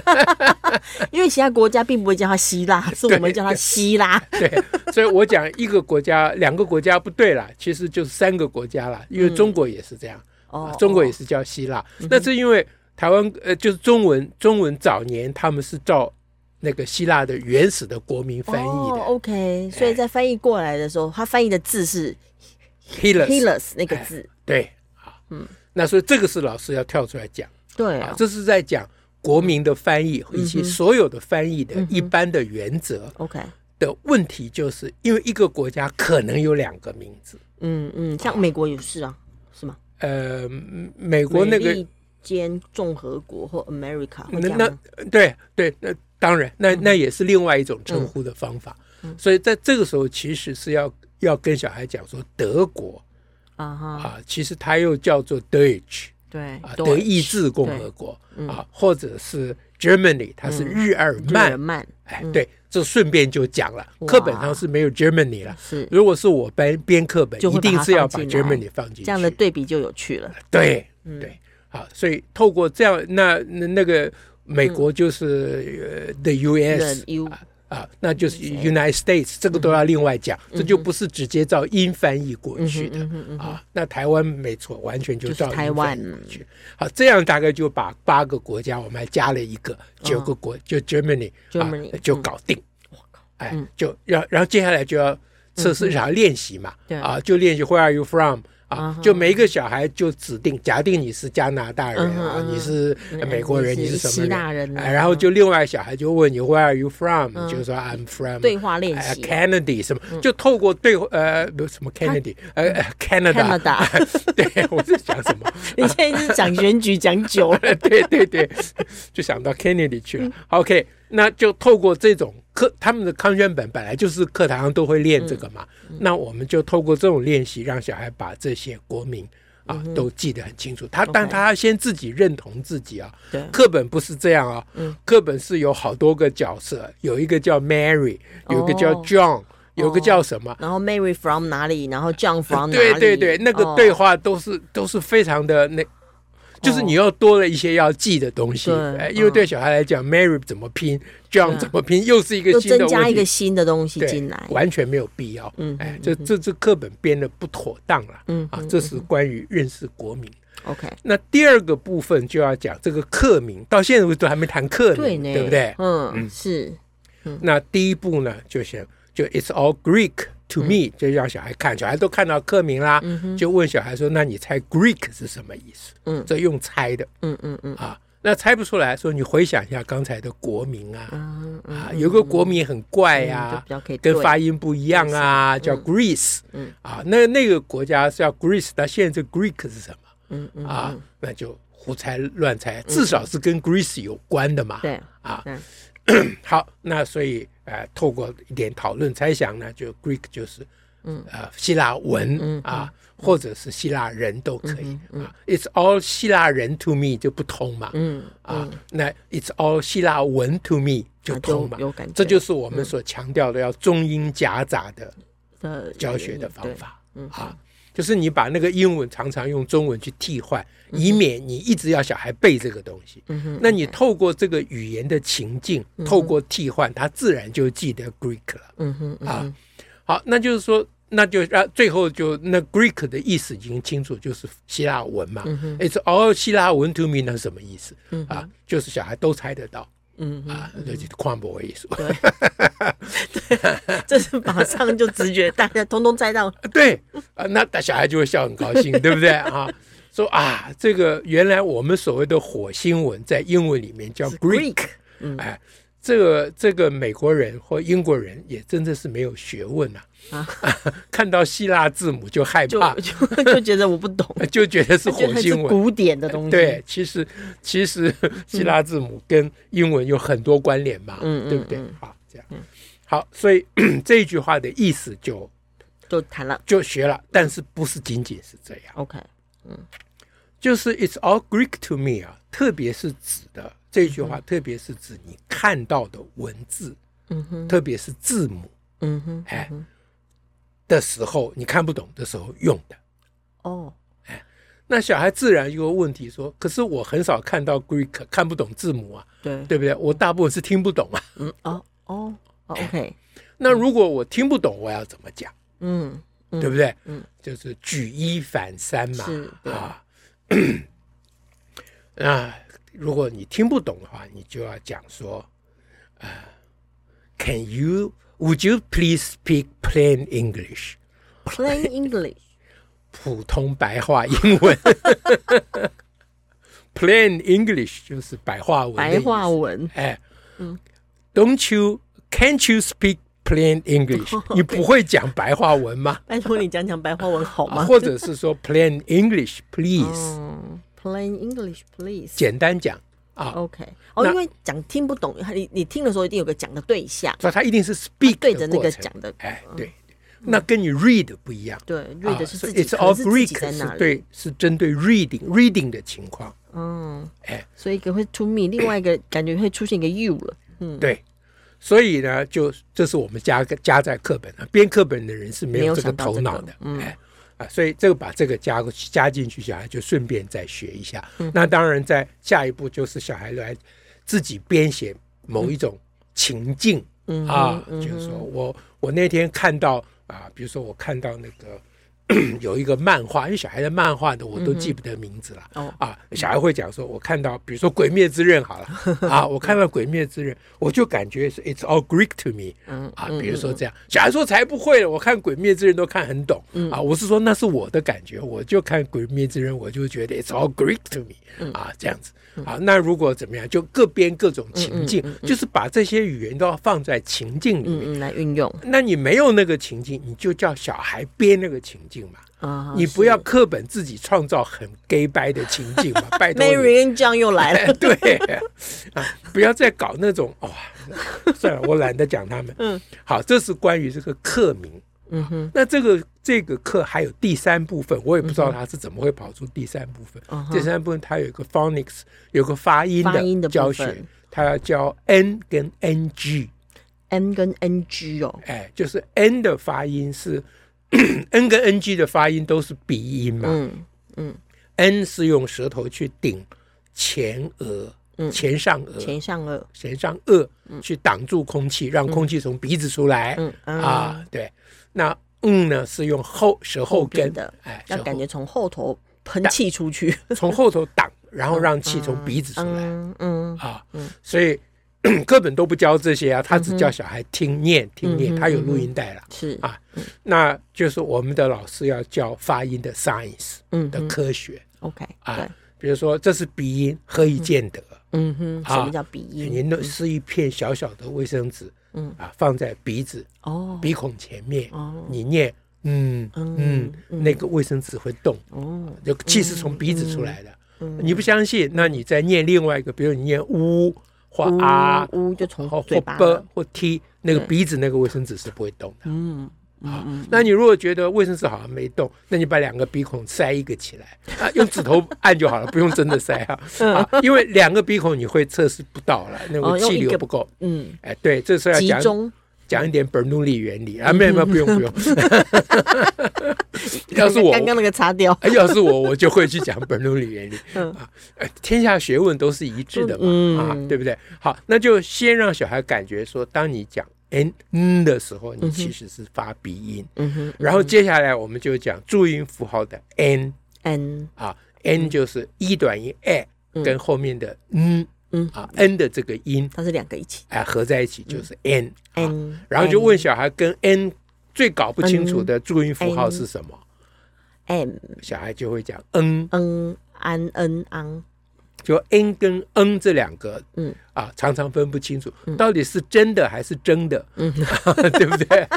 [SPEAKER 2] 因为其他国家并不会叫它希腊，是我们叫 它希腊。
[SPEAKER 1] 对，所以我讲一个国家，两个国家不对啦，其实就是三个国家啦，因为中国也是这样。啊
[SPEAKER 2] 哦，
[SPEAKER 1] 中国也是叫希腊。那是因为台湾呃，就是中文中文早年他们是照那个希腊的原始的国民翻译
[SPEAKER 2] 哦
[SPEAKER 1] 的哎
[SPEAKER 2] OK，所以在翻译过来的时候，它翻译的字是
[SPEAKER 1] Hellas，
[SPEAKER 2] Hellas 那个字。
[SPEAKER 1] 对啊，嗯，那所以这个是老师要跳出来讲
[SPEAKER 2] 对
[SPEAKER 1] 啊
[SPEAKER 2] 啊，
[SPEAKER 1] 这是在讲国民的翻译以及所有的翻译的
[SPEAKER 2] 嗯哼
[SPEAKER 1] 一般的原则
[SPEAKER 2] ，OK，
[SPEAKER 1] 的问题，就是因为一个国家可能有两个名字，
[SPEAKER 2] 嗯嗯，像美国也是啊，是吗？
[SPEAKER 1] 呃，美国那个
[SPEAKER 2] 美利坚共和国或 America 会
[SPEAKER 1] 那
[SPEAKER 2] 这样
[SPEAKER 1] 那
[SPEAKER 2] 吗？嗯
[SPEAKER 1] 对对，那当然，那那也是另外一种称呼的方法。所以在这个时候，其实是要要跟小孩讲说，德国
[SPEAKER 2] 啊哈，
[SPEAKER 1] 啊，其实它又叫做 Deutsch
[SPEAKER 2] 对
[SPEAKER 1] 啊，，德
[SPEAKER 2] 对
[SPEAKER 1] 意志共和国
[SPEAKER 2] 嗯
[SPEAKER 1] 啊，或者是 Germany，它是日耳
[SPEAKER 2] 嗯日
[SPEAKER 1] 曼
[SPEAKER 2] 耳。曼
[SPEAKER 1] 哎，对，这顺便就讲了，课本上是没有 Germany 了。
[SPEAKER 2] 是
[SPEAKER 1] 如果是我编编课本，
[SPEAKER 2] 嗯就会
[SPEAKER 1] 一定
[SPEAKER 2] 把它
[SPEAKER 1] 是要把
[SPEAKER 2] 放进来
[SPEAKER 1] Germany 放进去。
[SPEAKER 2] 这样的对比就有趣了。
[SPEAKER 1] 对对，好，所以透过这样，那那那个美国就是、呃 the U.S.
[SPEAKER 2] The U
[SPEAKER 1] 啊啊，那就是 United States，这个都要另外讲，这就不是直接照音翻译
[SPEAKER 2] 嗯
[SPEAKER 1] 过去的、啊。那台湾没错，完全就照
[SPEAKER 2] 就是台
[SPEAKER 1] 音翻
[SPEAKER 2] 湾
[SPEAKER 1] 译过去。好，这样大概就把八个国家，我们还加了一个九个国，就 Germany，
[SPEAKER 2] 嗯 Germany，嗯
[SPEAKER 1] 啊、就搞定。哎，就要，然后接下来就要测试，然后练习嘛，
[SPEAKER 2] 嗯对
[SPEAKER 1] 啊，就练习 Where are you from
[SPEAKER 2] 嗯
[SPEAKER 1] 啊，
[SPEAKER 2] 哼
[SPEAKER 1] 就每一个小孩就指定，假定你是加拿大人
[SPEAKER 2] 嗯哼
[SPEAKER 1] 啊
[SPEAKER 2] 嗯，哼
[SPEAKER 1] 你是美国人，
[SPEAKER 2] 你
[SPEAKER 1] 你
[SPEAKER 2] 是
[SPEAKER 1] 是什么
[SPEAKER 2] 希腊人啊
[SPEAKER 1] 哎然后就另外小孩就问你 Where are you from？
[SPEAKER 2] 嗯
[SPEAKER 1] 你就说 I'm from
[SPEAKER 2] 对话练
[SPEAKER 1] 哎
[SPEAKER 2] 习啊嗯
[SPEAKER 1] Kennedy 什么，就透过对话呃不是什么 Kennedy 呃呃 Canada，
[SPEAKER 2] Canada，
[SPEAKER 1] 对我在讲什么？
[SPEAKER 2] 你现在是讲选举讲久了，
[SPEAKER 1] 对对对，就想到 Kennedy 去
[SPEAKER 2] 嗯
[SPEAKER 1] 了。OK，那就透过这种课，他们的康宣本本来就是课堂上都会练这个嘛，
[SPEAKER 2] 嗯
[SPEAKER 1] 那我们就透过这种练习，让小孩把这些国民啊、都记得很清楚。他
[SPEAKER 2] 嗯 OK
[SPEAKER 1] 但他要先自己认同自己啊。
[SPEAKER 2] 对
[SPEAKER 1] 课本不是这样啊
[SPEAKER 2] 嗯，
[SPEAKER 1] 课本是有好多个角色，有一个叫 Mary，有一个叫
[SPEAKER 2] 哦
[SPEAKER 1] John，有一个叫什么。
[SPEAKER 2] 然后 Mary from 哪里，然后 John from 哪
[SPEAKER 1] 对
[SPEAKER 2] 里，
[SPEAKER 1] 对对，那个
[SPEAKER 2] 哦
[SPEAKER 1] 对话都是、都是非常的那，就是你要多了一些要记的东西，
[SPEAKER 2] 对嗯
[SPEAKER 1] 哎因为对小孩来讲、m a r y 怎么拼，John 怎么拼，又是一个
[SPEAKER 2] 又
[SPEAKER 1] 新的
[SPEAKER 2] 增加
[SPEAKER 1] 问
[SPEAKER 2] 一个
[SPEAKER 1] 题，
[SPEAKER 2] 新的东西
[SPEAKER 1] 对，
[SPEAKER 2] 进来。
[SPEAKER 1] 完全没有必要。
[SPEAKER 2] 嗯
[SPEAKER 1] 哎，这这这课本编的不妥当了，
[SPEAKER 2] 嗯
[SPEAKER 1] 啊，这是关于认识国民。
[SPEAKER 2] OK，
[SPEAKER 1] 那第二个部分就要讲这个课名，到现在为止还没谈课
[SPEAKER 2] 对呢，
[SPEAKER 1] 名，对不对？
[SPEAKER 2] 嗯，是
[SPEAKER 1] 那第一步呢，就先就 It's all Greek to me，、就
[SPEAKER 2] 嗯
[SPEAKER 1] 让小孩看，小孩都看到课名啦，就问小孩说：“那你猜 Greek 是什么意思？”
[SPEAKER 2] 嗯
[SPEAKER 1] 这用猜的
[SPEAKER 2] 嗯嗯嗯，
[SPEAKER 1] 啊。那猜不出来，说你回想一下刚才的国名啊，
[SPEAKER 2] 嗯嗯
[SPEAKER 1] 啊，有个国名很怪
[SPEAKER 2] 嗯就
[SPEAKER 1] 呀
[SPEAKER 2] 比、较可以
[SPEAKER 1] 跟
[SPEAKER 2] 对
[SPEAKER 1] 发音不一样啊，叫 Greece，
[SPEAKER 2] 嗯
[SPEAKER 1] 啊，那那个国家是叫 Greece，那现在这 Greek 是什么
[SPEAKER 2] 嗯嗯
[SPEAKER 1] 啊？那就胡猜乱猜，至少是跟 Greece 有关的嘛。
[SPEAKER 2] 对
[SPEAKER 1] 啊
[SPEAKER 2] 对，
[SPEAKER 1] 好，那所以呃，透过一点讨论猜想呢，就 Greek 就是
[SPEAKER 2] 嗯
[SPEAKER 1] 呃希腊文、
[SPEAKER 2] 嗯
[SPEAKER 1] 啊，或者是希腊人都可以、
[SPEAKER 2] 嗯嗯
[SPEAKER 1] 啊。It's all 希腊人 to me 就不通嘛。
[SPEAKER 2] 嗯
[SPEAKER 1] 啊，那 It's all 希腊文 to me 就通嘛，
[SPEAKER 2] 啊就有感觉
[SPEAKER 1] 这就是我们所强调的要中英夹杂的
[SPEAKER 2] 的
[SPEAKER 1] 教学的方法、
[SPEAKER 2] 嗯
[SPEAKER 1] 啊，就是你把那个英文常常用中文去替换，以免你一直要小孩背这个东西。
[SPEAKER 2] 嗯哼
[SPEAKER 1] 那你透过这个语言的情境，透过替换，他自然就记得 Greek 了。
[SPEAKER 2] 嗯哼嗯
[SPEAKER 1] 啊好，那就是说，那就让、最后就那 Greek 的意思已经清楚，就是希腊文嘛。It's
[SPEAKER 2] 嗯
[SPEAKER 1] all 希腊文 to me 那是什么意思、啊？就是小孩都猜得到
[SPEAKER 2] 嗯哼，
[SPEAKER 1] 啊，那就是跨博艺术。
[SPEAKER 2] 这是马上就直觉，大家通通猜到，
[SPEAKER 1] 对啊，那大小孩就会笑很高 兴，对不对啊？说啊，这个原来我们所谓的火星文在英文里面叫 Greek，
[SPEAKER 2] Greek 嗯
[SPEAKER 1] 哎，这个这个美国人或英国人也真的是没有学问啊，
[SPEAKER 2] 啊
[SPEAKER 1] 看到希腊字母就害
[SPEAKER 2] 就
[SPEAKER 1] 怕，
[SPEAKER 2] 就 就觉得我不懂，
[SPEAKER 1] 就觉得啊 是
[SPEAKER 2] 觉
[SPEAKER 1] 火
[SPEAKER 2] 得是
[SPEAKER 1] 星文。
[SPEAKER 2] 古典的东西，嗯
[SPEAKER 1] 对，，其实其实 希腊字母跟英文有很多关联嘛，
[SPEAKER 2] 嗯嗯
[SPEAKER 1] 对不对
[SPEAKER 2] 嗯？
[SPEAKER 1] 好，这样好，所以 这一句话的意思就
[SPEAKER 2] 就谈了
[SPEAKER 1] 就学了，但是不是仅仅是这样。
[SPEAKER 2] OK，
[SPEAKER 1] 就是 "It's all Greek to me" 啊，特别是指的这句话，特别是指你看到的文字，
[SPEAKER 2] 嗯哼
[SPEAKER 1] 特别是字母
[SPEAKER 2] 嗯哼，
[SPEAKER 1] 哎的时候，你看不懂的时候用的。
[SPEAKER 2] 哦，
[SPEAKER 1] 那小孩自然有个问题说：“可是我很少看到 Greek 看不懂字母啊，
[SPEAKER 2] 对，
[SPEAKER 1] 对不对？我大部分是听不懂啊。
[SPEAKER 2] 嗯，哦哦哦，OK，
[SPEAKER 1] 那如果我听不懂，我要怎么讲？
[SPEAKER 2] 嗯
[SPEAKER 1] 对不对？
[SPEAKER 2] 嗯，
[SPEAKER 1] 就是举一反三嘛。
[SPEAKER 2] 是对
[SPEAKER 1] 啊， 那如果你听不懂的话，你就要讲说，啊、c a n you would you please speak plain English？
[SPEAKER 2] ，Plain English，
[SPEAKER 1] 普通白话英文 ，plain English 就是白话文的意
[SPEAKER 2] 白
[SPEAKER 1] 思，
[SPEAKER 2] 话文，
[SPEAKER 1] 哎，嗯，Don't you can't you speak plain English？你不会讲白话文吗？
[SPEAKER 2] 拜托你讲讲白话文好
[SPEAKER 1] 啊
[SPEAKER 2] 吗？
[SPEAKER 1] 或者是说 plain English please，、
[SPEAKER 2] 嗯，Plain English please。
[SPEAKER 1] 简单讲啊，
[SPEAKER 2] OK，哦，
[SPEAKER 1] 那
[SPEAKER 2] 因为讲听不懂，你你听的时候一定有个讲的对象，
[SPEAKER 1] 所以它一定是 speak
[SPEAKER 2] 啊对着那
[SPEAKER 1] 过
[SPEAKER 2] 个
[SPEAKER 1] 程
[SPEAKER 2] 讲的，嗯
[SPEAKER 1] 哎，对，那跟你 read 不一样。啊
[SPEAKER 2] 对，瑞的是
[SPEAKER 1] 所
[SPEAKER 2] 自己，
[SPEAKER 1] 以 it's
[SPEAKER 2] 可能
[SPEAKER 1] all
[SPEAKER 2] 是自己
[SPEAKER 1] Greek
[SPEAKER 2] 在那
[SPEAKER 1] 是
[SPEAKER 2] 里，
[SPEAKER 1] 对，是针对 reading reading 的情况，
[SPEAKER 2] 嗯，
[SPEAKER 1] 哎，
[SPEAKER 2] 所以一个会 to me，另外一个感觉会出现一个 you 了，
[SPEAKER 1] 对。所以呢，就这是我们加个加在课本啊，编课本的人是没
[SPEAKER 2] 没有
[SPEAKER 1] 有这个
[SPEAKER 2] 想到
[SPEAKER 1] 头
[SPEAKER 2] 这
[SPEAKER 1] 脑
[SPEAKER 2] 个嗯
[SPEAKER 1] 的，哎啊，所以这个把这个加过去加进去，小孩就顺便再学一下。
[SPEAKER 2] 嗯
[SPEAKER 1] 那当然，在下一步就是小孩来自己编写某一种情境，
[SPEAKER 2] 嗯
[SPEAKER 1] 啊，
[SPEAKER 2] 嗯
[SPEAKER 1] 就是说我我那天看到啊，比如说我看到那个。 有一个漫画，因为小孩的漫画的我都记不得名字了。
[SPEAKER 2] 嗯哦
[SPEAKER 1] 啊，小孩会讲说，我看到，比如说《鬼灭之刃》好 了，啊，我看到《鬼灭之刃》，我就感觉是 It's all Greek to me。
[SPEAKER 2] 嗯
[SPEAKER 1] 啊，比如说这样，小孩说才不会了，我看《鬼灭之刃》都看很懂。
[SPEAKER 2] 嗯
[SPEAKER 1] 啊，我是说那是我的感觉，我就看《鬼灭之刃》，我就觉得 It's all Greek to
[SPEAKER 2] 嗯
[SPEAKER 1] me。啊，这样子。啊，那如果怎么样，就各编各种情境，
[SPEAKER 2] 嗯
[SPEAKER 1] 就是把这些语言都要放在情境里面。
[SPEAKER 2] 嗯嗯，来运用
[SPEAKER 1] 那你没有那个情境，你就叫小孩编那个情境嘛。
[SPEAKER 2] 啊，
[SPEAKER 1] 你不要课本自己创造很 gay 掰的情 境嘛，拜托你。哎
[SPEAKER 2] Mary 跟 John 又来了，
[SPEAKER 1] 对啊，不要再搞那种哇、算了，我懒得讲 他们。嗯，好，这是关于这个课名。
[SPEAKER 2] 嗯哼，
[SPEAKER 1] 那这个这个课还有第三部分，我也不知道它是怎么会跑出第三部分。
[SPEAKER 2] 嗯哼
[SPEAKER 1] 第三部分它有一个 phonics，有个发音
[SPEAKER 2] 发音的
[SPEAKER 1] 的
[SPEAKER 2] 部
[SPEAKER 1] 教
[SPEAKER 2] 分
[SPEAKER 1] 学，它要教 n 跟 ng。
[SPEAKER 2] ，N 跟 NG 哦，
[SPEAKER 1] 哎，就是 n 的发音是 n 跟 ng 的发音都是鼻音嘛。
[SPEAKER 2] 嗯
[SPEAKER 1] n 是用舌头去顶前额、前上额、
[SPEAKER 2] 嗯前上颚，
[SPEAKER 1] 前上颚去挡住空气，让空气从鼻子出来。
[SPEAKER 2] 嗯啊，
[SPEAKER 1] 啊，对。那嗯呢是用后舌后
[SPEAKER 2] 边
[SPEAKER 1] 根
[SPEAKER 2] 的
[SPEAKER 1] 哎，
[SPEAKER 2] 要
[SPEAKER 1] 舌
[SPEAKER 2] 感
[SPEAKER 1] 后
[SPEAKER 2] 觉从后头喷气出去，
[SPEAKER 1] 从后头挡，然后让气从鼻子出来
[SPEAKER 2] 嗯嗯嗯
[SPEAKER 1] 啊。所以 课本都不教这些啊，他只教小孩听念听念，他有录音带了。
[SPEAKER 2] 是
[SPEAKER 1] 啊那就是我们的老师要教发音的 science
[SPEAKER 2] 嗯
[SPEAKER 1] 的科学
[SPEAKER 2] OK
[SPEAKER 1] 啊
[SPEAKER 2] 对，
[SPEAKER 1] 比如说这是鼻音，何以见得？
[SPEAKER 2] 嗯哼，什么叫鼻音？
[SPEAKER 1] 您都是一片小小的卫生纸，
[SPEAKER 2] 嗯
[SPEAKER 1] 啊，放在鼻子
[SPEAKER 2] 哦
[SPEAKER 1] 鼻孔前面，
[SPEAKER 2] 哦
[SPEAKER 1] 你念嗯嗯，那个卫生纸会动，
[SPEAKER 2] 哦，嗯
[SPEAKER 1] 就气是从鼻子出来的。你不相信，那你再念另外一个，比如你念呜或啊
[SPEAKER 2] 呜就从
[SPEAKER 1] 或
[SPEAKER 2] 嘴
[SPEAKER 1] 或
[SPEAKER 2] 巴
[SPEAKER 1] 啵或 t，那个
[SPEAKER 2] 对
[SPEAKER 1] 鼻子那个卫生纸是不会动的。
[SPEAKER 2] 嗯
[SPEAKER 1] 啊，那你如果觉得卫生纸好像没动，那你把两个鼻孔塞一个起来啊，用指头按就好了，不用真的塞 啊，啊因为两个鼻孔你会测试不到了，那
[SPEAKER 2] 嗯哦
[SPEAKER 1] 个
[SPEAKER 2] 用
[SPEAKER 1] 气
[SPEAKER 2] 一个
[SPEAKER 1] 流不够。
[SPEAKER 2] 嗯，
[SPEAKER 1] 哎，对，这时候要
[SPEAKER 2] 集
[SPEAKER 1] 讲
[SPEAKER 2] 中嗯
[SPEAKER 1] 讲一点本努里原理啊，没有没有，不用不 用。要是我，
[SPEAKER 2] 刚刚那个擦掉，
[SPEAKER 1] 哎要是我，我就会去讲本努里原理啊。呃天下学问都是一致的
[SPEAKER 2] 嗯
[SPEAKER 1] 嘛，啊，对不对？好，那就先让小孩感觉说，当你讲嗯嗯的时候，你其实是发鼻音。
[SPEAKER 2] 嗯哼
[SPEAKER 1] 然后接下来我们就讲注音符号的 n
[SPEAKER 2] ，n
[SPEAKER 1] 啊，n
[SPEAKER 2] 嗯
[SPEAKER 1] 就是一短音 a 跟后面的嗯
[SPEAKER 2] 嗯
[SPEAKER 1] 啊 n 的这个音
[SPEAKER 2] 它是两个一起
[SPEAKER 1] 哎合在一起就是
[SPEAKER 2] 嗯
[SPEAKER 1] n 啊。
[SPEAKER 2] ，n，
[SPEAKER 1] 然后就问小孩跟 n 最搞不清
[SPEAKER 2] 嗯
[SPEAKER 1] 楚的注音符号是什么，
[SPEAKER 2] m
[SPEAKER 1] 小孩就会讲嗯，
[SPEAKER 2] n an n an，
[SPEAKER 1] 就 n 跟嗯这两个，
[SPEAKER 2] 嗯
[SPEAKER 1] 啊，常常分不清楚，到底是真的还是真的，
[SPEAKER 2] 嗯
[SPEAKER 1] 对不 对？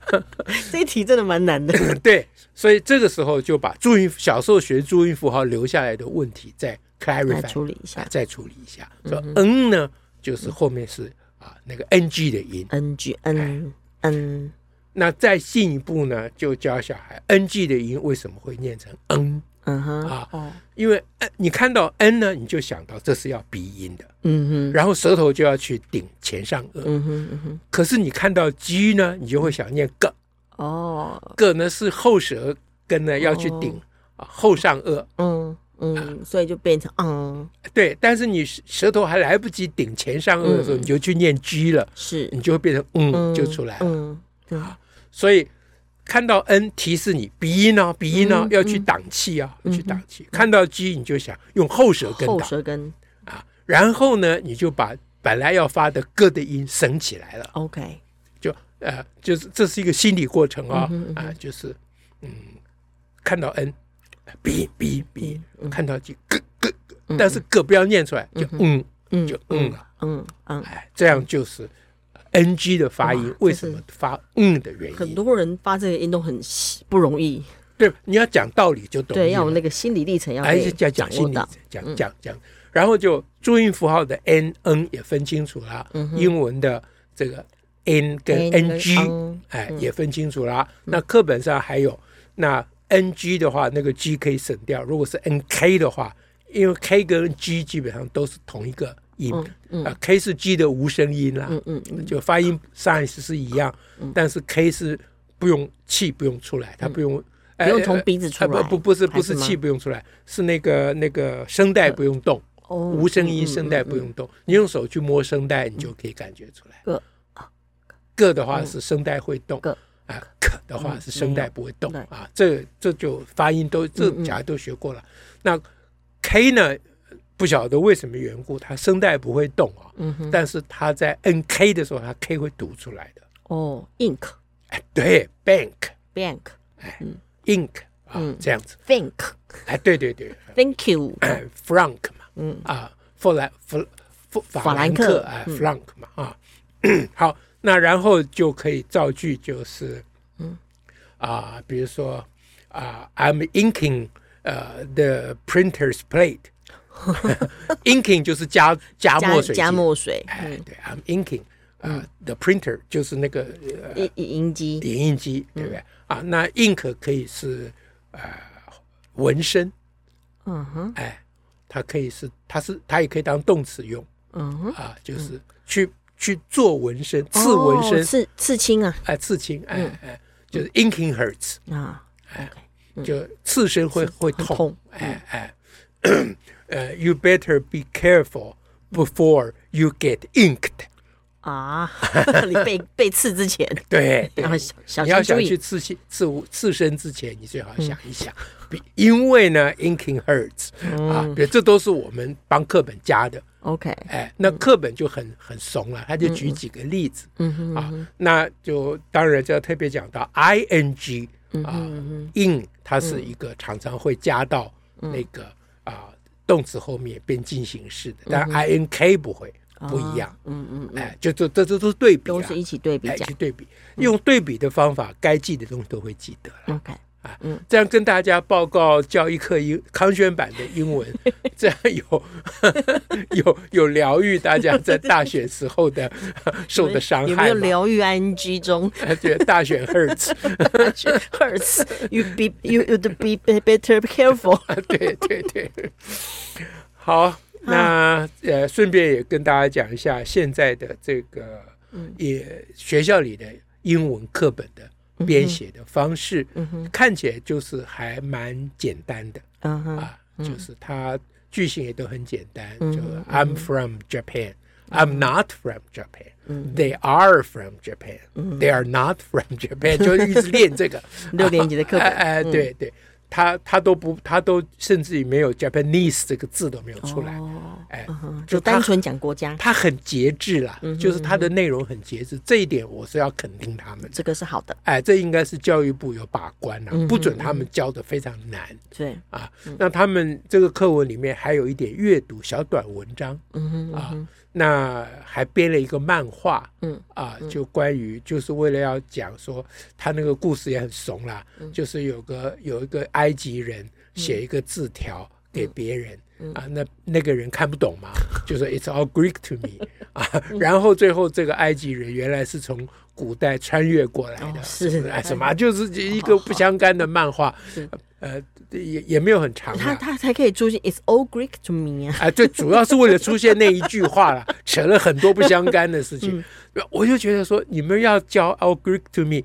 [SPEAKER 2] 这一题真的蛮难的，
[SPEAKER 1] 对，所以这个时候就把注音小时候学注音符号留下来的问题再
[SPEAKER 2] 来
[SPEAKER 1] clarify
[SPEAKER 2] 处理一下
[SPEAKER 1] 啊再处理一下。说嗯呢，就是后面是啊那个 ng 的音，
[SPEAKER 2] ，n g n n，
[SPEAKER 1] 那再进一步呢，就教小孩 ng 的音为什么会念成嗯。
[SPEAKER 2] 嗯哼，
[SPEAKER 1] 啊
[SPEAKER 2] 哦，
[SPEAKER 1] 因为 n 你看到 n 呢，你就想到这是要鼻音的，
[SPEAKER 2] 嗯哼，
[SPEAKER 1] 然后舌头就要去顶前上颚。
[SPEAKER 2] 嗯哼，嗯哼，
[SPEAKER 1] 可是你看到 g 呢，你就会想
[SPEAKER 2] 嗯
[SPEAKER 1] 念 g
[SPEAKER 2] 哦，
[SPEAKER 1] g 呢是后舌根呢要去顶、啊后上颚，
[SPEAKER 2] 嗯嗯，所以就变成嗯，
[SPEAKER 1] 对。但是你舌头还来不及顶前上颚的时候，
[SPEAKER 2] 嗯
[SPEAKER 1] 你就去念 g 了，
[SPEAKER 2] 是，
[SPEAKER 1] 你就会变成嗯
[SPEAKER 2] 嗯，
[SPEAKER 1] 就出来了。
[SPEAKER 2] 嗯嗯
[SPEAKER 1] 啊所以看到 n 提示你鼻音呢、鼻音呢、
[SPEAKER 2] 嗯
[SPEAKER 1] 要去挡气啊，要去挡气。看到 g 你就想用后舌根
[SPEAKER 2] 后
[SPEAKER 1] 挡。
[SPEAKER 2] 舌根
[SPEAKER 1] 啊，然后呢，你就把本来要发的咯的音省起来了，
[SPEAKER 2] ，OK，
[SPEAKER 1] 就呃，就是这是一个心理过程啊、
[SPEAKER 2] 嗯哼嗯
[SPEAKER 1] 啊，就是嗯，看到 n，鼻音鼻音
[SPEAKER 2] 嗯
[SPEAKER 1] 鼻音，看到就咯咯咯，但是咯不要念出来，就嗯
[SPEAKER 2] 嗯
[SPEAKER 1] 就嗯了，
[SPEAKER 2] 嗯嗯，
[SPEAKER 1] 哎，这样就是呃 ng 的发音
[SPEAKER 2] 哇
[SPEAKER 1] 为
[SPEAKER 2] 这
[SPEAKER 1] 什
[SPEAKER 2] 是
[SPEAKER 1] 么发嗯的原
[SPEAKER 2] 很
[SPEAKER 1] 因。
[SPEAKER 2] 多人发这个音都很不容易，
[SPEAKER 1] 对，你要讲道理就懂了。
[SPEAKER 2] 对，要有那个心理历程要
[SPEAKER 1] 啊还
[SPEAKER 2] 被
[SPEAKER 1] 是讲讲
[SPEAKER 2] 掌
[SPEAKER 1] 心
[SPEAKER 2] 握
[SPEAKER 1] 理
[SPEAKER 2] 到，，嗯
[SPEAKER 1] 讲讲讲，然后就注音符号的 n n 也分清楚啦，英文的这个 n 跟
[SPEAKER 2] 嗯 N 跟
[SPEAKER 1] ng，
[SPEAKER 2] 嗯
[SPEAKER 1] 哎，也分清楚啦。那课本上还有那 ng 的话，那个 g 可以省掉，如果是 nk 的话，因为 k 跟 g 基本上都是同一个音，啊，k 是 g 的无声音啦，
[SPEAKER 2] 嗯嗯嗯
[SPEAKER 1] 就发音 science 是一样，但是 k 是不用气不用出来，它不用。
[SPEAKER 2] 嗯不
[SPEAKER 1] 哎
[SPEAKER 2] 用从鼻子出
[SPEAKER 1] 哎
[SPEAKER 2] 来，
[SPEAKER 1] 不不不是不
[SPEAKER 2] 还
[SPEAKER 1] 是
[SPEAKER 2] 吗
[SPEAKER 1] 气不用出来，是那个那个声带不用动，
[SPEAKER 2] 哦，嗯
[SPEAKER 1] 无声音声带不用动，你用手去摸声带，你就可以感觉出来。
[SPEAKER 2] 个啊嗯
[SPEAKER 1] 个的话是声带会动，
[SPEAKER 2] 个嗯
[SPEAKER 1] 啊，咳的话是声带不会动
[SPEAKER 2] 没有
[SPEAKER 1] 啊，这这就发音
[SPEAKER 2] 嗯
[SPEAKER 1] 都这小孩都学过了。那 k 呢，不晓得为什么缘故，它声带不会动啊，
[SPEAKER 2] 嗯
[SPEAKER 1] 但是它在 n k 的时候，它 k 会读出来的。
[SPEAKER 2] 哦，ink
[SPEAKER 1] 哎，对，bank
[SPEAKER 2] bank
[SPEAKER 1] 哎，ink
[SPEAKER 2] 嗯
[SPEAKER 1] 啊，这样子，
[SPEAKER 2] think
[SPEAKER 1] 哎，对对对，
[SPEAKER 2] thank you，
[SPEAKER 1] Frank 嘛，嗯啊，弗兰弗弗法兰克
[SPEAKER 2] 法
[SPEAKER 1] 啊，Frank 嘛啊，好，那然后就可以造句，就是嗯啊，比如说啊，I'm inking 呃 the printer's plate 。inking 就是加加
[SPEAKER 2] 加
[SPEAKER 1] 墨水，
[SPEAKER 2] 加，墨水，
[SPEAKER 1] 哎，对，I'm inking，呃、t h e printer 就是那个呃
[SPEAKER 2] 影影机，
[SPEAKER 1] 影印机，
[SPEAKER 2] 嗯
[SPEAKER 1] 对不对？啊，那 ink 可以是呃纹身，
[SPEAKER 2] 嗯哼
[SPEAKER 1] 哎，它可以是，它是，它也可以当动词用
[SPEAKER 2] 嗯哼，
[SPEAKER 1] 啊，就是去去做纹身、刺纹
[SPEAKER 2] 哦
[SPEAKER 1] 身，
[SPEAKER 2] 刺刺青啊
[SPEAKER 1] 哎，刺青，哎哎，就是 inking hurts，
[SPEAKER 2] 啊，
[SPEAKER 1] 就刺身会会
[SPEAKER 2] 很
[SPEAKER 1] 痛
[SPEAKER 2] 痛，嗯
[SPEAKER 1] 哎哎， 呃，you better be careful before you get inked，
[SPEAKER 2] 啊！ 你 被被刺之前，
[SPEAKER 1] 对，对
[SPEAKER 2] 然后小小
[SPEAKER 1] 你要
[SPEAKER 2] 心注
[SPEAKER 1] 想去
[SPEAKER 2] 意，嗯
[SPEAKER 1] 刺青刺刺身之前，你最好想一想，比因为呢，inking hurts 啊，
[SPEAKER 2] 嗯
[SPEAKER 1] 比如这都是我们帮课本加的，
[SPEAKER 2] OK，
[SPEAKER 1] 哎，那课本就很很怂了，他就举几个例子，
[SPEAKER 2] 嗯哼
[SPEAKER 1] 啊，那就当然就要特别讲到 i n g
[SPEAKER 2] 嗯嗯
[SPEAKER 1] 啊、in，它是一个常常会加到那个啊、动词后面变进行式的，但 I N K 不会，不一样。
[SPEAKER 2] 嗯嗯，
[SPEAKER 1] 哎，就这这这都是对比
[SPEAKER 2] 都
[SPEAKER 1] 啊，
[SPEAKER 2] 是一起对比嗯
[SPEAKER 1] 哎
[SPEAKER 2] 讲
[SPEAKER 1] 去。对比，用对比的方法，该记的东西都会记得了。
[SPEAKER 2] OK，嗯
[SPEAKER 1] 这样跟大家报告教一课英康轩版的 英文，这样有 有有疗愈大家在大选时候的受的伤
[SPEAKER 2] 有没
[SPEAKER 1] 害
[SPEAKER 2] 有
[SPEAKER 1] 吗？
[SPEAKER 2] 疗愈 ING 中
[SPEAKER 1] 对，大选 hurts，
[SPEAKER 2] hurts？You be you you'd be better careful。
[SPEAKER 1] 对对对。
[SPEAKER 2] 啊
[SPEAKER 1] 好，那呃，顺便也跟大家讲一下现在的这个
[SPEAKER 2] 嗯
[SPEAKER 1] 也学校里的英文课本的编写的方式，看起来就是还蛮简单的。
[SPEAKER 2] 嗯嗯哼，
[SPEAKER 1] 啊，就是它句型也都很简单，就 I'm from Japan。I'm
[SPEAKER 2] 嗯
[SPEAKER 1] not from Japan. They are from Japan. They are not from Japan. 就一直练这个
[SPEAKER 2] 嗯 六年级的课
[SPEAKER 1] 哎
[SPEAKER 2] 本啊
[SPEAKER 1] 哎，对对，他他都不，他都甚至于没有 Japanese 这个字都没有出来。
[SPEAKER 2] 哦，
[SPEAKER 1] 哎，
[SPEAKER 2] 就
[SPEAKER 1] 他
[SPEAKER 2] 单纯讲国家，
[SPEAKER 1] 他很节制啦，就是他的内容很节制，这一点我是要肯定他们的。
[SPEAKER 2] 这个是好的。
[SPEAKER 1] 哎，这应该是教育部有把关啦，不准他们教的非常难。
[SPEAKER 2] 对，
[SPEAKER 1] 啊，
[SPEAKER 2] 嗯
[SPEAKER 1] 那他们这个课文里面还有一点阅读小短文章
[SPEAKER 2] 嗯哼，
[SPEAKER 1] 啊，那还编了一个漫画，
[SPEAKER 2] 嗯
[SPEAKER 1] 啊，就关于就是为了要讲说他那个故事也很怂啦，
[SPEAKER 2] 嗯
[SPEAKER 1] 就是有个有一个埃及人写一个字条给别人。
[SPEAKER 2] 嗯
[SPEAKER 1] 啊，那那个人看不懂 嘛，就说 "It's all Greek to me" 啊，
[SPEAKER 2] 嗯
[SPEAKER 1] 然后最后这个埃及人原来是从古代穿越过来的，
[SPEAKER 2] 哦是哦
[SPEAKER 1] 哎什么，就是一个不相干的漫画
[SPEAKER 2] 是，
[SPEAKER 1] 呃，也也没有很长
[SPEAKER 2] 他
[SPEAKER 1] 啊，
[SPEAKER 2] 他才可以出现 It's all Greek to me 啊。
[SPEAKER 1] 啊，对，主要是为了出现那一句话了， 扯了很多不相干的事
[SPEAKER 2] 嗯
[SPEAKER 1] 情。我就觉得说，你们要教 All Greek to me，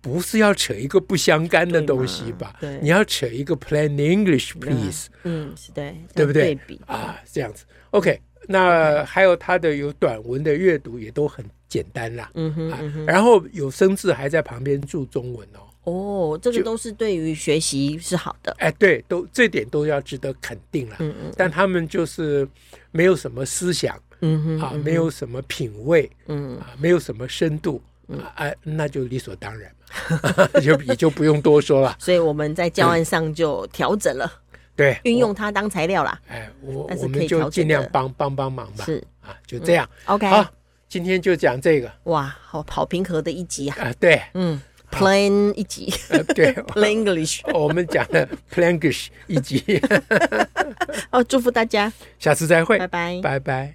[SPEAKER 1] 不是要扯一个不相干的东西吧？
[SPEAKER 2] 对嘛对
[SPEAKER 1] 你要扯一个 Plain English please，
[SPEAKER 2] 嗯，是对，
[SPEAKER 1] 对不
[SPEAKER 2] 对
[SPEAKER 1] 对
[SPEAKER 2] 比，
[SPEAKER 1] 啊，这样子。OK，那还有它的有短文的阅读也都很简单啦，
[SPEAKER 2] 嗯哼，
[SPEAKER 1] 啊，然后有生字还在旁边注中文哦。
[SPEAKER 2] 哦，这个都是对于学习是好的。
[SPEAKER 1] 哎，对，都这点都要值得肯定了。
[SPEAKER 2] 嗯嗯
[SPEAKER 1] 但他们就是没有什么思想，
[SPEAKER 2] 嗯哼，
[SPEAKER 1] 啊，没有什么品味，
[SPEAKER 2] 嗯
[SPEAKER 1] 啊，没有什么深度，啊，哎那就理所当然嘛， 就也就不用多说了。
[SPEAKER 2] 所以我们在教案上就调整了，
[SPEAKER 1] 对，
[SPEAKER 2] 运
[SPEAKER 1] 我，
[SPEAKER 2] 用它当材料啦。
[SPEAKER 1] 哎，我
[SPEAKER 2] 但是
[SPEAKER 1] 我
[SPEAKER 2] 可
[SPEAKER 1] 们
[SPEAKER 2] 以
[SPEAKER 1] 就
[SPEAKER 2] 调
[SPEAKER 1] 尽
[SPEAKER 2] 整的
[SPEAKER 1] 量帮帮帮忙吧，
[SPEAKER 2] 是嗯
[SPEAKER 1] 啊，就这样。
[SPEAKER 2] OK，
[SPEAKER 1] 好，今天就讲这个
[SPEAKER 2] 哇，好好平和的一集啊。
[SPEAKER 1] 啊，对，
[SPEAKER 2] 嗯，Plain 一集
[SPEAKER 1] 呃对，
[SPEAKER 2] ，Plain English。
[SPEAKER 1] 我们讲了 Plankish 一集，
[SPEAKER 2] 哦，祝福大家，
[SPEAKER 1] 下次再会
[SPEAKER 2] 拜，拜。
[SPEAKER 1] 拜拜。